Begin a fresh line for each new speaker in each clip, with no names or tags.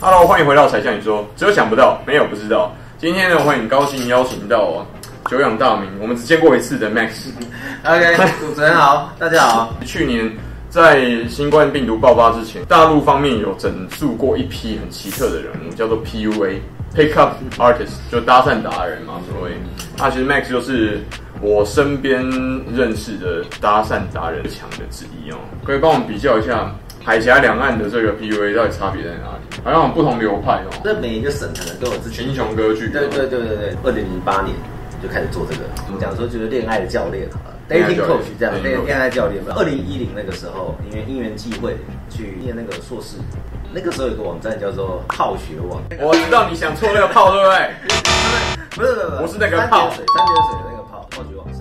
Hello，欢迎回到才向你说，只有想不到，没有不知道。今天呢，我很高兴邀请到啊，久仰大名，我们只见过一次的 Max。
OK，主持人好，大家好。
去年在新冠病毒爆发之前，大陆方面有整肃过一批很奇特的人物，叫做 PUA（Pick Up Artist），就搭讪达人嘛，所谓。那其实 Max 就是我身边认识的搭讪达人强的之一哦。可以帮我们比较一下海峡两岸的这个 PUA 到底差别在哪里？好像有不同流派哦。
这每一个省可能都有自己。
群雄割据。
对对对对对，二零零八年就开始做这个，我们讲说就是恋爱的教练好了
恋爱
，dating
教练
coach 这样，
恋爱教练
恋恋爱教练吧。二零一零那个时候，因为因缘际会去念那个硕士，那个时候有个网站叫做泡学网，
我知道你想错那个炮，对不对？
不是不是
不是那个泡
三点水，三点水的那个泡泡学网是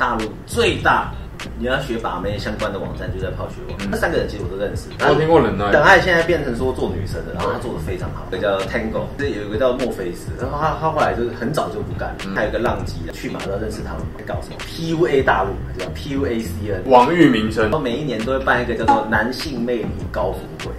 大陆最大。你要学把妹相关的网站就在泡学网，那三个人其实我都认识。
嗯我听过冷爱
等爱现在变成说做女生的，然后他做的非常好，一个叫 Tango，这有一个叫墨菲斯，然后他他后来就是很早就不干了，
嗯
还有一个浪迹啊去马都认识他们，搞什么 PUA 大陆，叫 PUA CN，
网域名称
然后每一年都会办一个叫做男性魅力高峰会。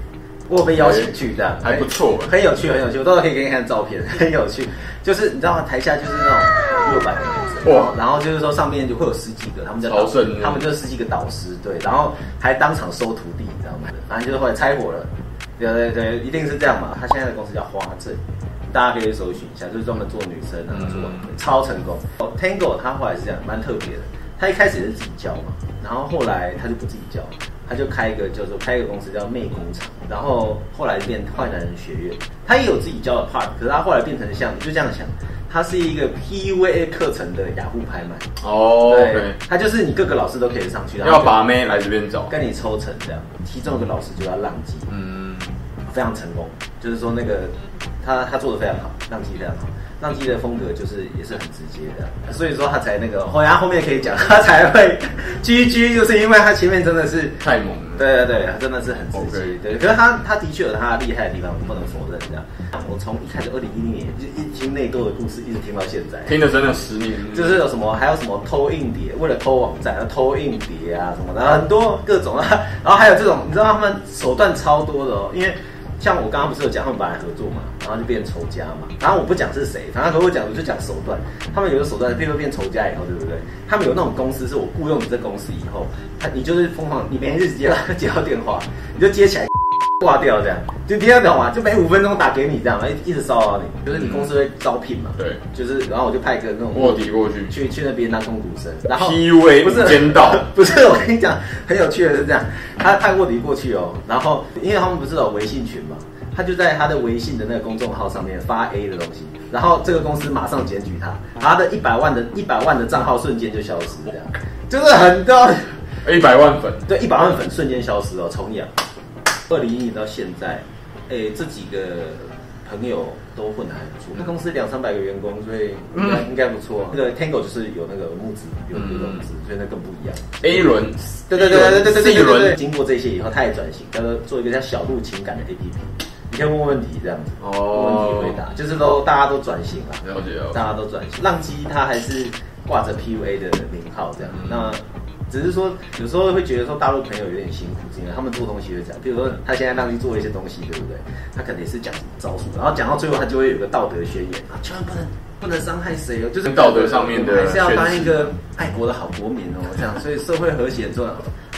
我有被邀请去这样，
还不错
很有趣，很有趣，我到时候可以给你看 照片，很有趣。就是你知道吗？台下就是那种六百个女生，
哇
哇，然后就是说上面就会有十几个，他们叫
朝圣
他们就是十几个导师，对，然后还当场收徒弟，你知道吗？反正就是后来拆伙了，对对对，一定是这样嘛。他现在的公司叫花正。大家可以搜寻一下，就是专门做女生啊，做晚会超成功。哦，Tango 他后来是这样，蛮特别的。他一开始也是自己教嘛，然后后来他就不自己教，他就开一个叫做开一个公司叫魅工厂，然后后来变坏男人学院，他也有自己教的 part，可是他后来变成像你就这样想，他是一个 PUA 课程的雅虎拍卖，
哦。
对
OK，，
他就是你各个老师都可以上去，然后
要
就
把妹来这边找。
跟你抽成这样，其中有个老师就要浪迹，
嗯，
非常成功，就是说那个他他做的非常好，浪迹非常好，浪迹的风格就是也是很直接的，所以说他才那个，后来他后面可以讲，他才会 GG，就是因为他前面真的是，
太猛了。
对对对，他真的是很直接
OK
对，可是他他的确有他厉害的地方，不能否认这样。我从一开始二零一零年就一听内斗的故事，一直听到现在，
听了真的十年，
就是有什么，还有什么偷硬碟，为了偷网站，要偷硬碟啊什么的，然后很多各种啊， 然后还有这种，你知道他们手段超多的哦，因为像我刚刚不是有讲他们本来合作嘛，然后就变仇家嘛，然后我不讲是谁，反正和我讲我就讲手段，他们有的手段，譬如说变仇家以后，对不对？他们有那种公司是我雇佣你这公司以后，他你就是疯狂，你每天就接到接到电话，你就接起来。 挂掉这样，就第二条嘛，就每五分钟打给你这样，一一直骚扰你，就是你公司会招聘嘛，
对，
就是然后我就派一个那种
卧底过去。
去去那边当控股生，然后
PUA
不是
尖 道
不是我跟你讲，很有趣的是这样，他泰国底过去哦，然后因为他们不是有微信群嘛，他就在他的微信的那个公众号上面发 A 的东西，然后这个公司马上检举他，他的一百万的一百万的账号瞬间就消失，这样就是很高，
一百万粉，
对，一百万粉瞬间消失哦，重演。二零一零到现在，哎，这几个朋友都混得还不错。那公司两三百个员工，所以应该、应该不错、那个 Tango 就是有那个募资，有有融资，所以那更不一样。
A 轮，
对对对对对对对
C
对对。
轮，
经过这些以后，他也转型，他说做一个叫小鹿情感的 APP，你可以问问题这样子，
哦
问问题回答，就是都大家都转型了。
了解了解。
大家都转型。浪基他还是挂着 PUA 的名号这样，
嗯
那只是说有时候会觉得说大陆朋友有点辛苦，是因为他们做东西会讲，比如说他现在浪基做了一些东西，对不对？他肯定是讲什么招数，然后讲到最后他就会有个道德宣言啊，千万不能。不能伤害谁哦，就是
道德上面的
我们还是要当一
宣
个爱国的好国民哦，这样，所以社会和谐之后，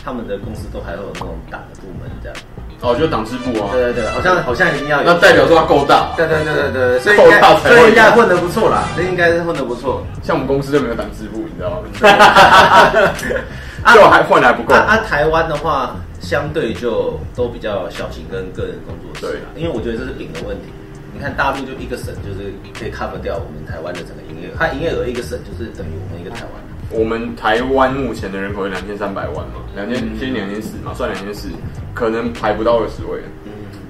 他们的公司都还会有那种党的部门这样，
哦，就党支部啊，
对对对，好像好像一定要有。
那代表说它够大。
对对对对对，所以应该
够大才会
所以应该混得不错啦，所以应该是混得不错。
像我们公司就没有党支部，你知道 吗？就还换的还不够
啊。啊，台湾的话，相对就都比较小型跟个人工作室啦，啊因为我觉得这是饼的问题。你看大陆就一个省，就是可以 cover 掉我们台湾的整个营业额，它营业额一个省就是等于我们一个台湾。
我们台湾目前的人口有两千三百万嘛，两千接近两千
嗯
四嘛，算两千四，可能排不到二十位。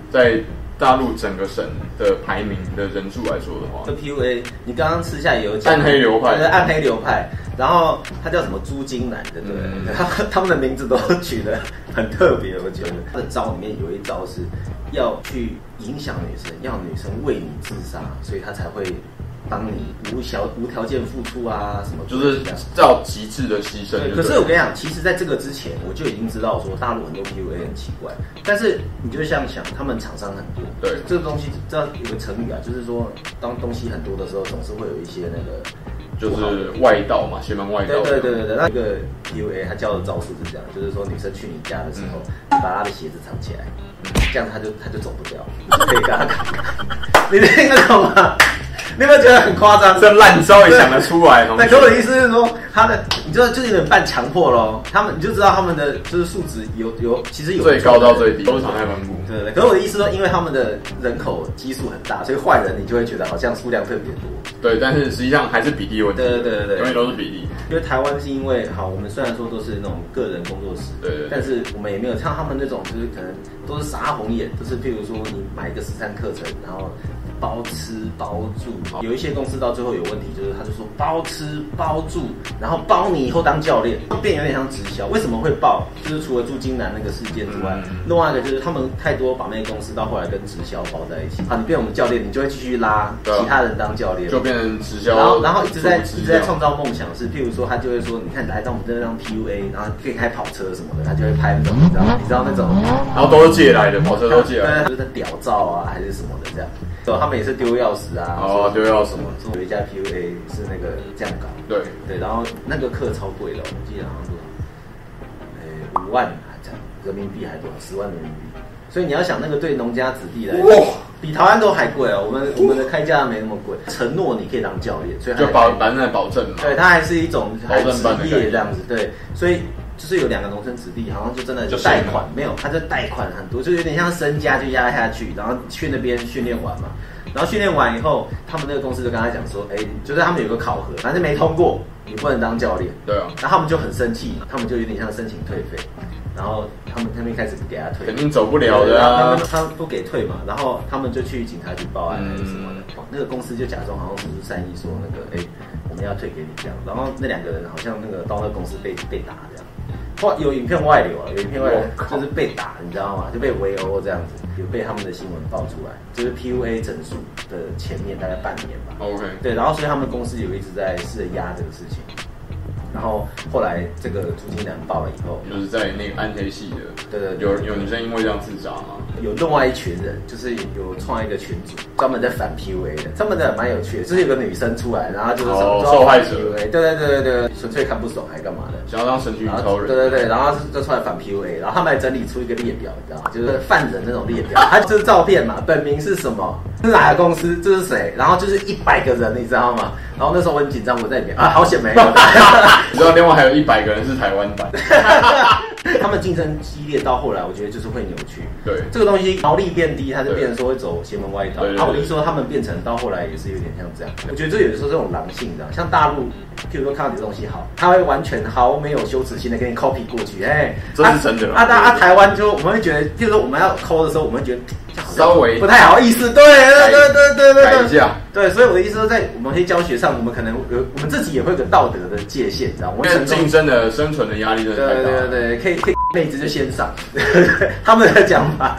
在大陆整个省的排名的人数来说的话
这，PUA，你刚刚私下也有讲
暗黑流派
对暗黑流派，然后他叫什么朱金南的，对不对？
嗯
他他们的名字都取得很特别，我觉得
嗯
他的招里面有一招是要去影响女生，要女生为你自杀，所以他才会帮你无条无条件付出啊，什么
就是
这样
到极致的牺牲
对，
就对了。
可是我跟你讲，其实在这个之前，我就已经知道说大陆很多 PUA 很奇怪，但是你就像想，他们厂商很多，
对
这个东西，这有个成语啊，就是说当东西很多的时候，总是会有一些那个
就是外道嘛，邪门外道。
对对对对对，那一个 PUA 他教的招数是这样，就是说女生去你家的时
嗯
候，你把她的鞋子藏起来，这样她就她就走不掉，你就可以跟她搞。你听得懂吗？你有没有觉得很夸张？
这烂招也想得出来，同
那
学。
可我的意思是说，他的你知道就是有点半强迫咯，他们你就知道他们的就是素质有有其实有
最高到最低都是常态分布。
对对对，可是我的意思说，因为他们的人口基数很大，所以坏人你就会觉得好像数量特别多。
对，但是实际上还是比例问题。
对对对对对
永远都是比例。
因为台湾是因为好，我们虽然说都是那种个人工作室，
对对对
但是我们也没有像他们那种就是可能都是杀红眼，就是譬如说你买一个十三课程，然后包吃包住，有一些公司到最后有问题，就是他就说包吃包住，然后包你以后当教练，变有点像直销。为什么会爆？就是除了住金南那个事件之外，
嗯
另外一个就是他们太多把妹公司到后来跟直销包在一起。好，你变我们教练，你就会继续拉
对啊
其他人当教练，
就变成直销，
然后然后一直在
组织
一直在
这样
创造梦想是，譬如说他就会说，你看来到我们这张 PUA，然后可以开跑车什么的，他就会拍那种，
嗯
你知道吗？你知道那种
然后都是借来的，跑车都借来
对，
的。
就是屌照啊还是什么的这样，对，他们也是丢钥匙啊，
哦丢钥匙
什么，说有一家 PUA 是那个这样搞，
对，
对，然后那个课超贵的，我记得好像多少，呃，五万啊这样，人民币还多少，十万人民币。所以你要想，那个对农家子弟来讲
哇，
比台湾都还贵哦。我们我们的开价没那么贵，承诺你可以当教练，所以他
就
才
保反正保证嘛。
对，它还是一种
保证班的
职
概
业
念
这样子，对，所以就是有两个农村子弟，好像就真的
就
就是贷款，没有，他就贷款很多，就有点像身家就压下去，然后去那边训练完嘛，然后训练完以后，他们那个公司就跟他讲说，哎，就是他们有个考核，反正没通过，你不能当教练，
对啊，
然后他们就很生气，他们就有点像申请退费，然后他们那边开始不给他退，
肯定走不了的
然后
啊
他们。他们不给退嘛，然后他们就去警察局报案
嗯
还是什么的。哦那个公司就假装好像不是善意说那个，哎、我们要退给你这样。然后那两个人好像那个到那个公司被被打这样，哇，有影片外流啊，有影片外流
我，靠
就是被打，你知道吗？就被围殴这样子，有被他们的新闻爆出来，就是 PUA 整数的前面大概半年吧。
OK，
对，然后所以他们公司有一直在试着压这个事情，然后后来这个朱金南爆了以后，
就是在那个暗黑系的，
对对对
有有女生因为这样自杀吗？
有另外一群人，就是有创一个群组，专门在反 PUA 的，他们的蛮有趣的，就是有个女生出来，然后就是什么
哦
都要
受害
反
者
PUA，对对对对对，纯粹看不爽还干嘛的。
想要当神奇女
然
超
后
人，
对对对，然后就出来反 PUA，然后他们还整理出一个列表，你知道吗？就是犯人那种列表，他就是照片嘛，本名是什么，是哪个公司，这是谁，然后就是一百个人，你知道吗？然后那时候我很紧张，我在里面啊，好险没有。
你知道另外还有一百个人是台湾版，
他们竞争激烈到后来，我觉得就是会扭曲。
对
这个东西毛利变低，它就变成说会走邪门歪道
对对。对
啊，我就说他们变成到后来也是有点像这样。我觉得这有的时候这种狼性，你知道，像大陆，譬如说看到你的东西好，他会完全毫没有羞耻心的给你 copy 过去，哎，
这是真的
啊，大啊，台湾就我们会觉得，譬如说我们要抠的时候，我们会觉得这好像
稍微
不太好意思，对对对对对对，
改一下。
对，所以我的意思说，在我们一些教学上，我们可能有我们自己也会有个道德的界限，你知道，我们
因为
成功
竞争的生存的压力真的太
对
大
对
了。
对，可以可以，妹子就先上， 他们的讲法。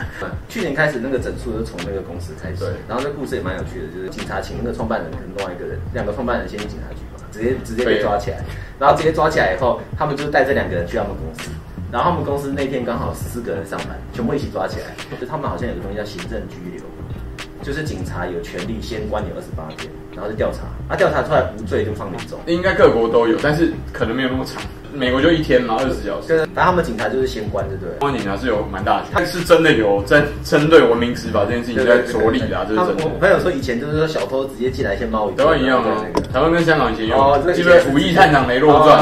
去年开始，那个整数就从那个公司开始
对，
然后这故事也蛮有趣的，就是警察请那个创办人跟另外一个人，两个创办人先去警察局嘛，直接直接被抓起来，然后直接抓起来以后，他们就带这两个人去他们公司。然后他们公司那天刚好十四个人上班，全部一起抓起来。就他们好像有个东西叫行政拘留，就是警察有权利先关你二十八天，然后就调查，啊调查出来无罪就放你走。
应该各国都有，但是可能没有那么长。美国就一天嘛，二十小时。
就是，反正他们警察就是先关，对不对了？
台湾警察是有蛮大的权，但是真的有针针对文明执法这件事情在着力的啊，这是真
对对对他我
的。
朋友说以前就是说小偷直接进来先猫一
台湾一样啊
对对对，
台湾跟香港以前一样
哦，这，个
记不记得《武义探长雷洛传》？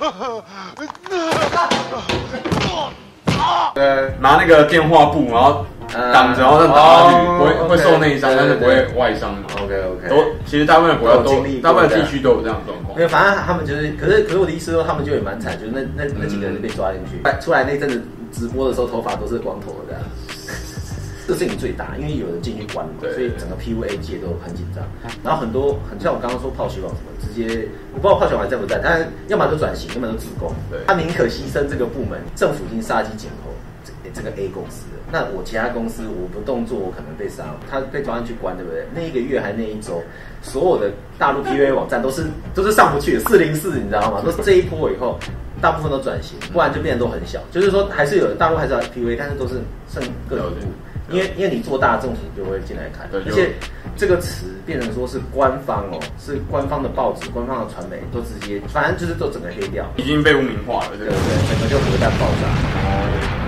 哦呃，
拿那个电话布，然后
嗯
挡着，然后再打下去，
哦
不会会受内伤，但是不会外伤嘛。
OK OK，
都其实大部分的国家
都有
都
经历，过
大部分的地区都有这样的状况
没。有，反正他们就是，可是可是我的意思说，他们就也蛮惨，就是那那那几个人就被抓进去，出来那阵子直播的时候，头发都是光头的、啊。 这事情最大，因为有人进去关嘛，
对
所以整个 PUA 界都很紧张。然后很多很像我刚刚说泡雪网什么，直接我不知道泡雪网还在不在，但要么就转型，要么就自工
对。
他宁可牺牲这个部门，政府已经杀鸡儆猴，这这个 A 公司，那我其他公司我不动作，我可能被杀，他被抓进去关，对不对？那一个月还那一周，所有的大陆 PUA 网站都是都是上不去的，四零四，你知道吗？都是这一波以后，大部分都转型，不然就变得都很小。就是说，还是有大陆还是有 PUA，但是都是剩个人
了解
部，因为因为你做大，政府就会进来看
对，
而
就
且这个词变成说是官方哦，是官方的报纸、官方的传媒都直接，反正就是都整个黑掉，
已经被污名化了，这
对
个
不。对？整个就核弹爆炸。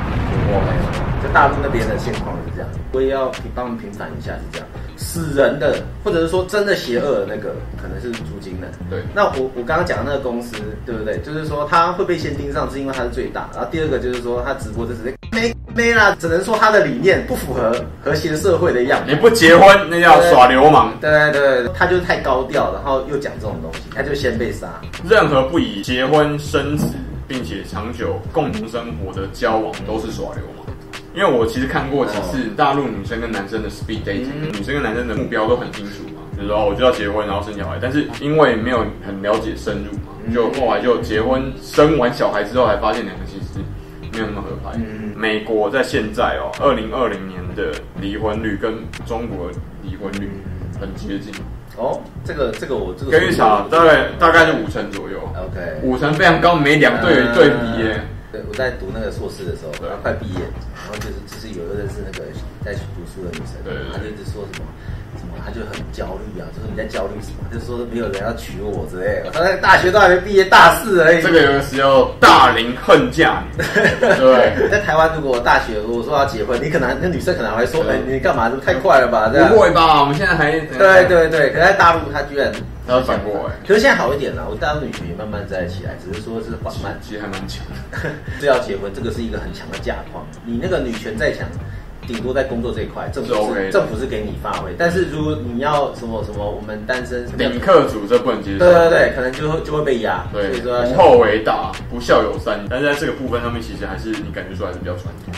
就大陆那边的现况是这样，我也要帮他们平反一下，是这样。死人的，或者是说真的邪恶的那个，可能是租金的。
对
那我我刚刚讲的那个公司，对不对？就是说他会被先盯上，是因为他是最大。然后第二个就是说他直播就直接没没啦，只能说他的理念不符合和谐社会的样子
你。不结婚，那叫耍流氓。
对对对，对他就是太高调，然后又讲这种东西，他就先被杀。
任何不以结婚生子，并且长久共同生活的交往，都是耍流氓。因为我其实看过几次大陆女生跟男生的 speed dating，、女生跟男生的目标都很清楚嘛，就是说哦我就要结婚，然后生小孩。但是因为没有很了解深入嘛，就后来就结婚，生完小孩之后才发现两个其实没有那么合拍。
嗯
美国在现在哦，二零二零年的离婚率跟中国离婚率很接近，
哦，这个这个我这个
跟一场大概大概是五成左右。
OK。
五成非常高，没两队
呃
对比耶。
对，我在读那个硕士的时候，
对
然后快毕业，然后就是就是有认识那个在读书的女生，
对对对
她就一直说什么什么，她就很焦虑啊，就是你在焦虑什么，就说没有人要娶我之类的。她在大学都还没毕业，大四而已。
这个有个时候大龄恨嫁 女，对。
在台湾，如果我大学如果说要结婚，你可能那女生可能还会说，
对
哎、你干嘛？这太快了吧？这样
不。会吧？我们现在还呃
对，对对，可是在大陆，她居然
还要哎反过来，
可是现在好一点了，我大陆女权也慢慢在起来，只是说是缓 慢。
其实还蛮强的。
是要结婚，这个是一个很强的架框。你那个女权再强，顶多在工作这一块，政府
是
是
OK 的
政府是给你发挥。但是如果你要什么什么，我们单身什么
顶客主这不能接受。
对啊对对，可能就会就会被压。所以
对
说要
无后为大，不孝有三。但是在这个部分上面，其实还是你感觉出来是比较传统。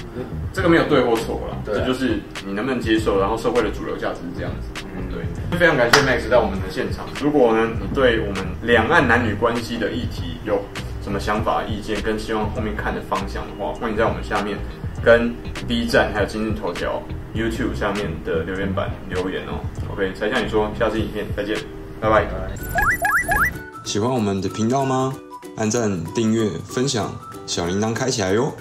这个没有对或错啦，
嗯对啊
这就是你能不能接受，然后社会的主流价值是这样子。嗯，对。非常感谢 Max 在我们的现场。如果呢，你对我们两岸男女关系的议题有什么想法、意见，跟希望后面看的方向的话，欢迎在我们下面跟 B 站还有今日头条、YouTube 下面的留言板留言哦。OK，才向你说，下次影片再见，拜拜。喜欢我们的频道吗？按赞、订阅、分享，小铃铛开起来哟！